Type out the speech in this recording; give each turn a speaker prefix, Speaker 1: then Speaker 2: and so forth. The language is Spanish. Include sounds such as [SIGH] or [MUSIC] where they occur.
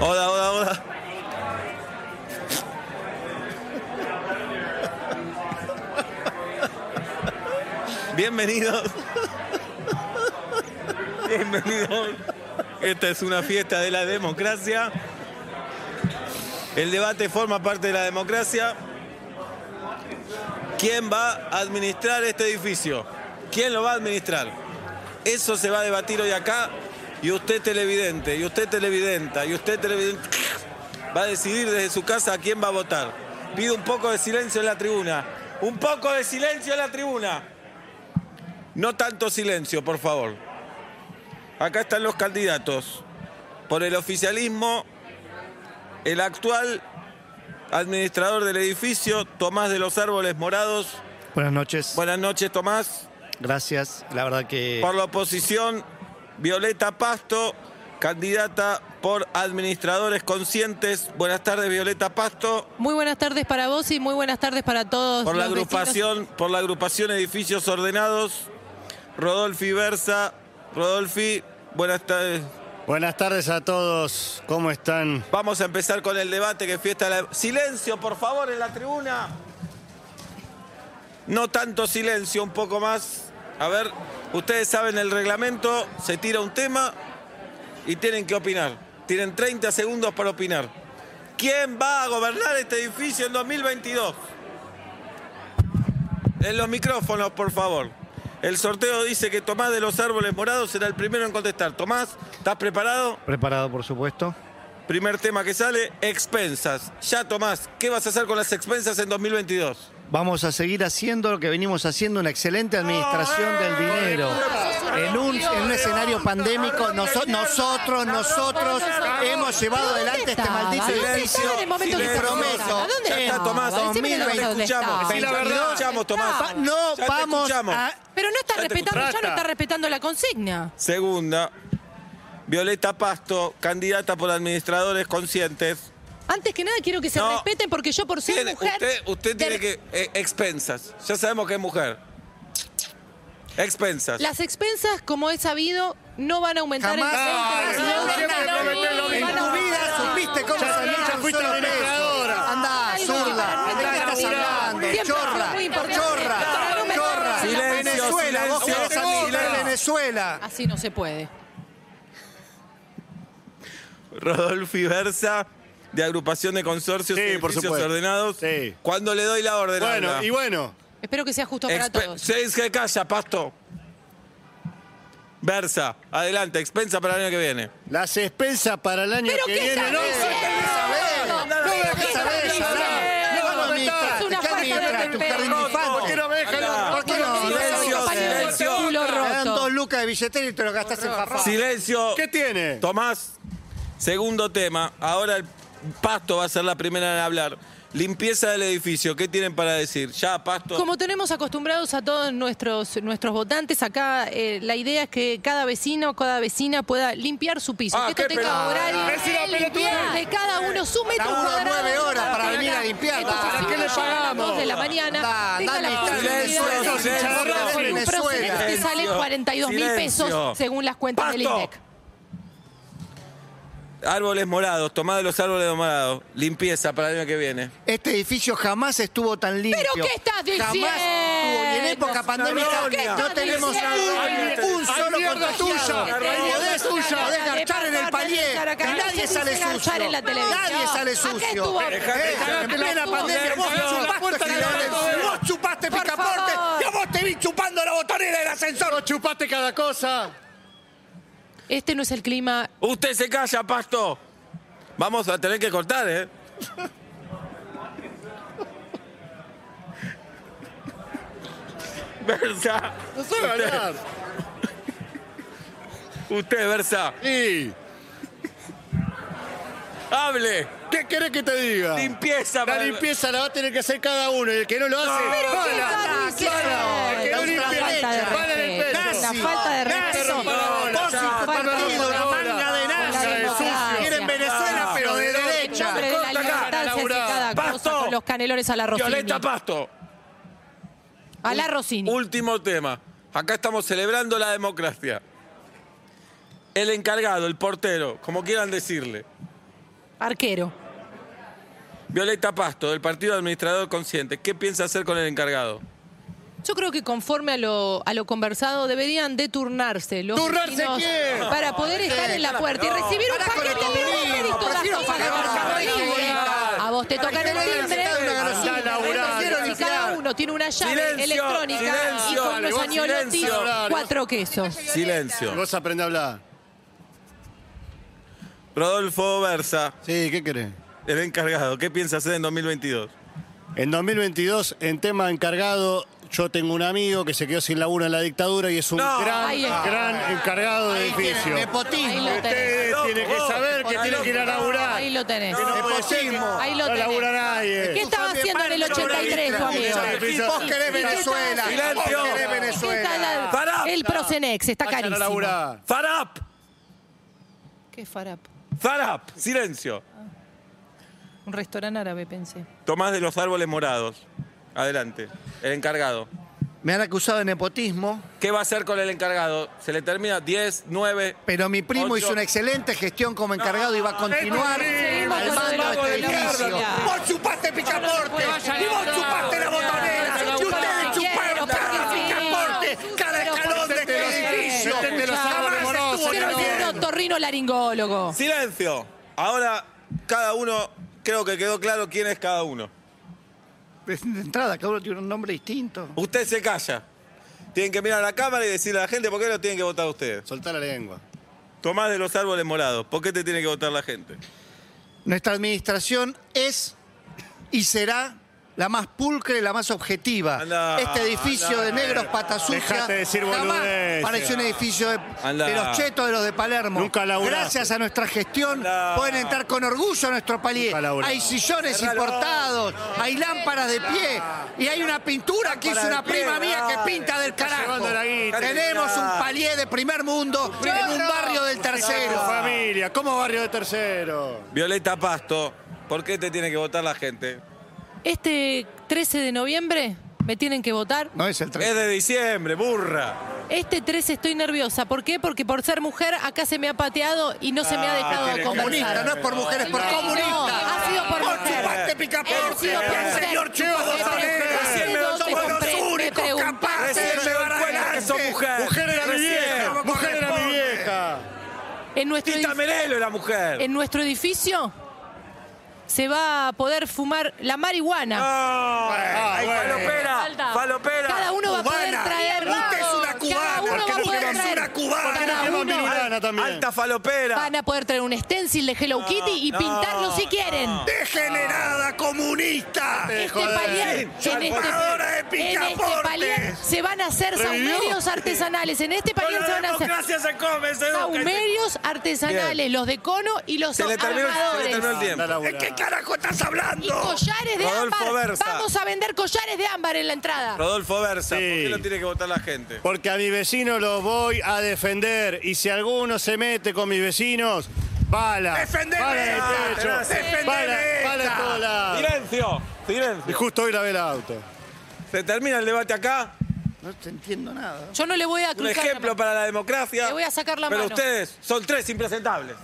Speaker 1: Hola, hola, hola. Bienvenidos. Bienvenidos. Esta es una fiesta de la democracia. El debate forma parte de la democracia. ¿Quién va a administrar este edificio? ¿Quién lo va a administrar? Eso se va a debatir hoy acá y usted televidente, y usted televidenta, y usted televidente va a decidir desde su casa a quién va a votar. Pido un poco de silencio en la tribuna. Un poco de silencio en la tribuna. No tanto silencio, por favor. Acá están los candidatos. Por el oficialismo, el actual administrador del edificio, Tomás de los Árboles Morados.
Speaker 2: Buenas noches.
Speaker 1: Buenas noches, Tomás.
Speaker 2: Gracias. La verdad que
Speaker 1: Por la oposición, Violeta Pasto, candidata por administradores conscientes. Buenas tardes, Violeta Pasto.
Speaker 3: Muy buenas tardes para vos y muy buenas tardes para todos.
Speaker 1: Por la
Speaker 3: los vecinos.
Speaker 1: agrupación, por la agrupación Edificios Ordenados, Rodolfi Versa. Rodolfi, buenas tardes.
Speaker 2: buenas tardes a todos. ¿Cómo están?
Speaker 1: Vamos a empezar con el debate que fiesta la... Silencio, por favor, en la tribuna. No tanto silencio, un poco más. A ver, ustedes saben el reglamento, se tira un tema y tienen que opinar. Tienen 30 segundos para opinar. ¿Quién va a gobernar este edificio en 2022? En los micrófonos, por favor. El sorteo dice que Tomás de los Árboles Morados será el primero en contestar. Tomás, ¿estás preparado?
Speaker 2: Preparado, por supuesto.
Speaker 1: Primer tema que sale, expensas. Ya, Tomás, ¿qué vas a hacer con las expensas en 2022?
Speaker 2: Vamos a seguir haciendo lo que venimos haciendo, una excelente administración del dinero. En un, en un escenario pandémico, noso- nosotros, nosotros hemos llevado adelante este maldito
Speaker 3: ¿Dónde
Speaker 2: edificio.
Speaker 3: estaba en el momento
Speaker 2: Te
Speaker 3: que se
Speaker 2: prometo. Eh,
Speaker 3: ¿A dónde
Speaker 1: Ya está,
Speaker 3: estaba?
Speaker 1: Tomás,
Speaker 3: Decime en
Speaker 1: no
Speaker 3: el
Speaker 1: te
Speaker 3: momento dónde
Speaker 1: escuchamos.
Speaker 3: estaba.
Speaker 1: Sí, la
Speaker 3: ¿Dónde
Speaker 1: verdad. escuchamos, Tomás.
Speaker 3: estaba?
Speaker 2: Pa- No
Speaker 1: Ya te
Speaker 2: vamos
Speaker 1: escuchamos.
Speaker 2: a...
Speaker 3: Pero no está
Speaker 1: Ya te
Speaker 3: respetando, ya no
Speaker 2: contrata.
Speaker 3: está respetando la consigna.
Speaker 1: Segunda, Violeta Pasto, candidata por administradores conscientes.
Speaker 3: Antes que nada quiero que se
Speaker 1: No.
Speaker 3: respeten porque yo por ser
Speaker 1: Tiene-
Speaker 3: mujer...
Speaker 1: usted, usted tiene que... eh, expensas. Ya sabemos que es mujer. Expensas.
Speaker 3: Las expensas, como es sabido, no van a aumentar
Speaker 2: Jamás.
Speaker 3: el
Speaker 2: No, no, no, no,
Speaker 3: no, no,
Speaker 2: En tu
Speaker 3: no.
Speaker 2: vida supiste cómo
Speaker 4: Ya-
Speaker 2: salir
Speaker 4: ya
Speaker 2: un
Speaker 4: fuiste
Speaker 2: solo
Speaker 4: administradora.
Speaker 2: peso. Andá,
Speaker 3: Algo
Speaker 2: zurda.
Speaker 3: para
Speaker 2: ¿De qué
Speaker 3: nuestra
Speaker 2: estás
Speaker 3: laburo.
Speaker 2: hablando?
Speaker 3: Siempre
Speaker 2: Chorra,
Speaker 3: fue muy importante.
Speaker 2: chorra,
Speaker 3: Para no meter-
Speaker 2: chorra.
Speaker 1: Silencio,
Speaker 2: Venezuela, vos
Speaker 1: silencio.
Speaker 2: querés administrar
Speaker 1: Silencio.
Speaker 2: Venezuela.
Speaker 3: Así no se puede.
Speaker 1: Rodolfi Versa, de agrupación de consorcios
Speaker 4: Sí,
Speaker 1: y
Speaker 4: por
Speaker 1: edificios
Speaker 4: supuesto.
Speaker 1: ordenados.
Speaker 4: Sí.
Speaker 1: Cuando le doy la orden,
Speaker 4: Bueno,
Speaker 1: habla.
Speaker 4: y bueno.
Speaker 3: Espero que sea justo para
Speaker 1: Expe-
Speaker 3: todos.
Speaker 1: Seis que calla, pasto. Versa, adelante, expensa para el año que viene.
Speaker 4: Las expensas para el año
Speaker 3: ¿Pero
Speaker 4: que
Speaker 3: qué
Speaker 4: viene,
Speaker 3: sabés?
Speaker 4: ¿no?
Speaker 3: No,
Speaker 2: No me dejes saber,
Speaker 3: no,
Speaker 2: Salam.
Speaker 3: no,
Speaker 2: No
Speaker 4: no,
Speaker 2: lo administras.
Speaker 4: es
Speaker 3: una
Speaker 2: ¿Qué
Speaker 3: falta de
Speaker 2: administras? Tu
Speaker 3: respeto.
Speaker 2: jardín de infantes.
Speaker 4: ¿Por qué no me dejan
Speaker 1: Andá.
Speaker 4: los-
Speaker 2: ¿Por qué no?
Speaker 1: Silencio, silencio.
Speaker 3: Culo
Speaker 2: Te dan
Speaker 3: roto.
Speaker 2: dos lucas de billetera y te lo gastas en fafá.
Speaker 1: Silencio.
Speaker 4: ¿Qué tiene?
Speaker 1: Tomás, segundo tema. Ahora el Pasto va a ser la primera en hablar. Limpieza del edificio, ¿qué tienen para decir? Ya, Pasto.
Speaker 3: Como tenemos acostumbrados a todos nuestros, nuestros votantes, acá eh, la idea es que cada vecino o cada vecina pueda limpiar su piso.
Speaker 1: Ah,
Speaker 3: que esto
Speaker 1: qué
Speaker 3: tenga
Speaker 1: pelota.
Speaker 3: horario
Speaker 4: Vecino
Speaker 3: de limpiar de cada uno su metro
Speaker 2: Laburo
Speaker 3: cuadrado.
Speaker 2: nueve horas
Speaker 3: de cada
Speaker 2: para venir a
Speaker 3: persona.
Speaker 2: limpiar.
Speaker 3: Entonces,
Speaker 2: Ah,
Speaker 3: si
Speaker 2: ¿qué
Speaker 3: uno
Speaker 2: le
Speaker 3: llega a las
Speaker 4: pagamos?
Speaker 3: 2 de la mañana,
Speaker 2: Andá,
Speaker 3: tenga
Speaker 2: andá,
Speaker 3: la
Speaker 2: andá.
Speaker 3: posibilidad de
Speaker 1: Silencio,
Speaker 3: hacer
Speaker 1: silencio.
Speaker 3: un proceso que te
Speaker 1: Silencio.
Speaker 3: sale 42 mil
Speaker 1: Silencio.
Speaker 3: pesos según las cuentas del
Speaker 1: Pasto.
Speaker 3: INDEC.
Speaker 1: Árboles morados, tomá de los árboles morados. Limpieza para el año que viene.
Speaker 2: Este edificio jamás estuvo tan limpio.
Speaker 3: qué estás diciendo?
Speaker 2: Jamás estuvo. Y en época
Speaker 1: Una
Speaker 2: pandémica
Speaker 1: errónea.
Speaker 2: no tenemos
Speaker 3: ¿Qué estás
Speaker 2: un,
Speaker 1: diciendo?
Speaker 2: un solo
Speaker 4: mierda
Speaker 2: contagiado.
Speaker 4: tuya.
Speaker 2: Podés,
Speaker 3: tuya.
Speaker 2: podés garchar en el palier.
Speaker 3: Acá
Speaker 2: Y
Speaker 3: no
Speaker 2: nadie
Speaker 3: se
Speaker 2: sale
Speaker 3: dice garchar
Speaker 2: sucio.
Speaker 3: en la
Speaker 2: Nadie
Speaker 3: televisión.
Speaker 2: sale
Speaker 3: Acá
Speaker 2: sucio.
Speaker 3: estuvo-
Speaker 2: Eh,
Speaker 1: Dejate
Speaker 2: En
Speaker 1: la
Speaker 2: plena
Speaker 3: tuya.
Speaker 2: pandemia vos
Speaker 1: Dejate la
Speaker 2: chupaste
Speaker 4: puerta
Speaker 2: Filadelfia.
Speaker 4: cerrada.
Speaker 2: Vos chupaste
Speaker 3: Por
Speaker 2: picaporte
Speaker 3: favor.
Speaker 2: y a vos te vi chupando la botonera del ascensor.
Speaker 4: Vos chupaste cada cosa.
Speaker 3: Este no es el clima.
Speaker 1: Usted se calla, Pasto. Vamos a tener que cortar, ¿eh? Versa.
Speaker 2: [LAUGHS]
Speaker 4: No sabe hablar.
Speaker 1: Usted, Versa.
Speaker 4: ¿Y
Speaker 1: Hable.
Speaker 4: qué querés que te diga?
Speaker 1: Limpieza
Speaker 4: Ah. La
Speaker 1: para-
Speaker 4: limpieza la va a tener que hacer cada uno. Y el que no lo hace,
Speaker 3: Pero
Speaker 4: bala,
Speaker 3: qué
Speaker 4: bala,
Speaker 3: estás diciendo.
Speaker 4: el que no
Speaker 2: La
Speaker 4: limpia,
Speaker 2: falta de
Speaker 4: bala en el
Speaker 3: respeto.
Speaker 4: pecho.
Speaker 3: Una falta de
Speaker 4: Nazi,
Speaker 3: respeto.
Speaker 4: para bola,
Speaker 2: Vos y tu
Speaker 4: para
Speaker 2: partido,
Speaker 4: bola,
Speaker 2: la manga de
Speaker 4: bola
Speaker 2: nazi.
Speaker 4: de
Speaker 3: Democracia.
Speaker 4: sucio.
Speaker 2: Quieren Venezuela, pero de
Speaker 3: En
Speaker 2: derecha.
Speaker 3: nombre de la
Speaker 1: corta acá,
Speaker 3: libertad se hace
Speaker 4: laburá.
Speaker 3: cada cosa
Speaker 1: Pasto.
Speaker 3: con los canelones a la Rossini.
Speaker 1: Violeta Pasto.
Speaker 3: A la Rossini.
Speaker 1: Último tema. Acá estamos celebrando la democracia. El encargado, el portero, como quieran decirle.
Speaker 3: Arquero.
Speaker 1: Violeta Pasto, del Partido Administrador Consciente, ¿qué piensa hacer con el encargado?
Speaker 3: Yo creo que conforme a lo, a lo conversado deberían de turnarse los
Speaker 4: ¿Turnarse
Speaker 3: vecinos
Speaker 4: quién?
Speaker 3: para poder estar en la puerta y recibir un
Speaker 2: pará con el
Speaker 3: paquete de
Speaker 2: comunismo,
Speaker 3: mérito.
Speaker 2: prefiero
Speaker 3: así,
Speaker 2: pagar
Speaker 3: para
Speaker 2: una
Speaker 3: reír.
Speaker 2: boleta.
Speaker 3: A vos te tocan el
Speaker 2: Para que no
Speaker 3: timbre.
Speaker 2: hagas nada,
Speaker 3: así,
Speaker 4: anda a laburar,
Speaker 3: repartieron y
Speaker 4: anda a
Speaker 3: cada
Speaker 4: laburar.
Speaker 3: uno tiene una llave
Speaker 1: Silencio,
Speaker 3: electrónica y
Speaker 1: silencio,
Speaker 3: con
Speaker 1: dale,
Speaker 3: los
Speaker 1: vos
Speaker 3: añolotis
Speaker 1: silencio.
Speaker 3: cuatro quesos.
Speaker 1: Silencio.
Speaker 4: Vos aprendés a hablar.
Speaker 1: Rodolfo Versa,
Speaker 4: Sí, ¿qué querés?
Speaker 1: el encargado, ¿qué piensa hacer en 2022?
Speaker 4: En 2022, en tema encargado, yo tengo un amigo que se quedó sin laburo en la dictadura y es un
Speaker 1: No.
Speaker 4: gran,
Speaker 3: Ahí está.
Speaker 4: gran encargado de edificio.
Speaker 3: Ahí
Speaker 2: Nepotismo. Este,
Speaker 3: lo tenés.
Speaker 4: Ustedes
Speaker 1: No,
Speaker 4: tienen Eh, que
Speaker 1: vos,
Speaker 4: saber que
Speaker 1: ahí
Speaker 4: tienen
Speaker 1: lo-
Speaker 4: que ir a laburar.
Speaker 3: Ahí lo tenés.
Speaker 4: No puede ser que
Speaker 2: Nepotismo.
Speaker 3: Ahí lo
Speaker 4: no labura
Speaker 3: tenés.
Speaker 4: nadie.
Speaker 3: ¿Qué estaba haciendo en el 83 tu amigo?
Speaker 2: Vos querés Venezuela. Vos
Speaker 1: Silencio.
Speaker 2: querés
Speaker 3: ¿Qué tal
Speaker 2: Venezuela.
Speaker 3: la-
Speaker 1: Pará.
Speaker 3: el Procenex? Está
Speaker 4: Vayan a
Speaker 3: carísimo.
Speaker 4: laburar.
Speaker 1: ¡Farap!
Speaker 3: ¿Qué farap?
Speaker 1: ¡Farap! Silencio.
Speaker 3: Un restaurante árabe, pensé.
Speaker 1: Tomás de los Árboles Morados. Adelante. El encargado.
Speaker 2: Me han acusado de nepotismo,
Speaker 1: ¿Qué va a hacer con el encargado? ¿Se le termina 10, 9?
Speaker 2: pero mi primo
Speaker 1: Ocho.
Speaker 2: hizo una excelente gestión como encargado y va a continuar
Speaker 3: Seguimos
Speaker 2: al
Speaker 3: con el
Speaker 2: mando de este
Speaker 3: vago de
Speaker 2: edificio.
Speaker 3: mierda.
Speaker 2: Vos chupaste picaporte y vos chupaste la botonera
Speaker 3: Vayan a
Speaker 2: y
Speaker 3: laburar.
Speaker 2: ustedes chuparon
Speaker 3: Quiero,
Speaker 2: cada
Speaker 3: porque
Speaker 2: picaporte,
Speaker 3: quiero.
Speaker 2: cada
Speaker 3: Pero
Speaker 2: escalón de
Speaker 3: porque
Speaker 2: este
Speaker 3: quiero.
Speaker 2: edificio.
Speaker 4: Métete los
Speaker 2: Jamás
Speaker 4: árboles,
Speaker 2: estuvo
Speaker 4: moroso,
Speaker 2: bien.
Speaker 3: Quiero ser un torrino laringólogo.
Speaker 1: Silencio. Ahora cada uno, creo que quedó claro quién es cada uno.
Speaker 2: De entrada, cada uno tiene un nombre distinto.
Speaker 1: Usted se calla. Tienen que mirar a la cámara y decirle a la gente por qué lo tienen que votar ustedes.
Speaker 4: Soltá la lengua.
Speaker 1: Tomás de los Árboles Morados, ¿por qué te tiene que votar la gente?
Speaker 2: Nuestra administración es y será la más pulcre, la más objetiva.
Speaker 1: Andá,
Speaker 2: este edificio
Speaker 1: andá.
Speaker 2: de negros patasucias
Speaker 4: Dejate de decir
Speaker 2: jamás
Speaker 4: boludeces.
Speaker 2: pareció un edificio de,
Speaker 1: Andá.
Speaker 2: de los chetos de los de Palermo.
Speaker 4: Nunca laburaste.
Speaker 2: Gracias a nuestra gestión
Speaker 1: Andá.
Speaker 2: pueden entrar con orgullo a nuestro palier.
Speaker 4: Nunca laburaste.
Speaker 2: Hay sillones
Speaker 1: Cerralo.
Speaker 2: importados, hay lámparas de pie y hay una pintura que hizo
Speaker 1: Lámpara
Speaker 2: una
Speaker 1: de pie,
Speaker 2: prima mía que
Speaker 1: dale.
Speaker 2: pinta del carajo.
Speaker 4: llevando la guita.
Speaker 2: Tenemos un palier de primer mundo en un barrio del
Speaker 4: Tu
Speaker 2: tercero.
Speaker 4: familia, ¿cómo barrio de tercero?
Speaker 1: Violeta Pasto, ¿por qué te tiene que votar la gente?
Speaker 3: Este 13 de noviembre me tienen que votar.
Speaker 2: No es el tercero.
Speaker 1: Es de diciembre, burra.
Speaker 3: Este 13 estoy nerviosa. ¿Por qué? Porque por ser mujer acá se me ha pateado y no se me ha dejado de
Speaker 2: Comunista,
Speaker 3: conversar.
Speaker 2: no es por mujeres, por
Speaker 3: No,
Speaker 2: comunistas.
Speaker 3: ha sido por mujer.
Speaker 2: chupaste picaporte.
Speaker 3: Ha sido por
Speaker 2: El
Speaker 3: ser.
Speaker 2: señor
Speaker 3: Me
Speaker 2: chupó dos
Speaker 3: preguntaste,
Speaker 2: arenas.
Speaker 1: Recién me
Speaker 3: no te
Speaker 1: somos los
Speaker 3: compré, me
Speaker 2: únicos
Speaker 3: preguntaste.
Speaker 2: capaces de
Speaker 1: Recién me
Speaker 2: llevar
Speaker 1: van a eso, mujer.
Speaker 4: Mujer era mi
Speaker 1: Recién.
Speaker 4: vieja, mujer era mi vieja.
Speaker 3: En nuestro
Speaker 1: Tita Merelo era mujer.
Speaker 3: en nuestro edificio se va a poder fumar la marihuana.
Speaker 1: No. Ay,
Speaker 4: Ah, bueno.
Speaker 1: Ah, falopera, falopera.
Speaker 3: Cada uno va a poder
Speaker 2: Cubana.
Speaker 3: traer.
Speaker 2: Usted es una
Speaker 3: Cada
Speaker 2: cubana,
Speaker 3: uno
Speaker 2: ¿por qué
Speaker 3: va a
Speaker 2: no
Speaker 3: poder
Speaker 2: llevas
Speaker 3: traer.
Speaker 2: una cubana?
Speaker 4: ¿Por qué no
Speaker 3: Cada
Speaker 4: llevas
Speaker 3: uno
Speaker 4: miligrana? también.
Speaker 1: Alta falopera.
Speaker 3: van a poder traer un stencil de Hello Kitty y
Speaker 1: no,
Speaker 3: pintarlo si quieren.
Speaker 1: no.
Speaker 2: ¡Degenerada comunista!
Speaker 4: Eh,
Speaker 3: Este
Speaker 4: joder.
Speaker 3: palier, en
Speaker 1: Sí,
Speaker 3: este,
Speaker 2: salvadora de
Speaker 3: en este
Speaker 2: picaportes.
Speaker 3: palier se van a hacer
Speaker 4: ¿Revivió?
Speaker 3: saumerios artesanales. En este
Speaker 1: Con
Speaker 3: palier
Speaker 1: la
Speaker 3: se van a hacer
Speaker 1: democracia se come, se educa. y se-
Speaker 3: saumerios artesanales,
Speaker 1: Bien.
Speaker 3: los de cono y los
Speaker 1: Se le terminó, se le
Speaker 3: armadores.
Speaker 1: terminó el
Speaker 4: Anda a
Speaker 1: tiempo.
Speaker 4: laburar.
Speaker 2: carajo estás
Speaker 3: Y
Speaker 2: hablando?
Speaker 3: collares de
Speaker 1: Rodolfo
Speaker 3: ámbar.
Speaker 1: Versa.
Speaker 3: Vamos a vender collares de ámbar en la entrada.
Speaker 1: Rodolfo Versa, ¿por qué
Speaker 4: Sí.
Speaker 1: lo tiene que votar la gente?
Speaker 4: Porque a mi vecino los voy a defender. Y si alguno se mete con mis vecinos, bala.
Speaker 2: Defendeme
Speaker 4: Bala en el
Speaker 1: esta,
Speaker 4: pecho.
Speaker 1: defendeme
Speaker 4: Bala, bala en
Speaker 2: esta.
Speaker 4: todos lados.
Speaker 1: Silencio,
Speaker 4: Y
Speaker 1: silencio.
Speaker 4: justo hoy lavé el auto.
Speaker 1: Se termina el debate acá.
Speaker 2: No te entiendo nada.
Speaker 3: Yo no le voy a
Speaker 1: Un
Speaker 3: cruzar la
Speaker 1: ejemplo para la democracia.
Speaker 3: Le voy a sacar la
Speaker 1: Pero
Speaker 3: mano.
Speaker 1: ustedes son tres impresentables.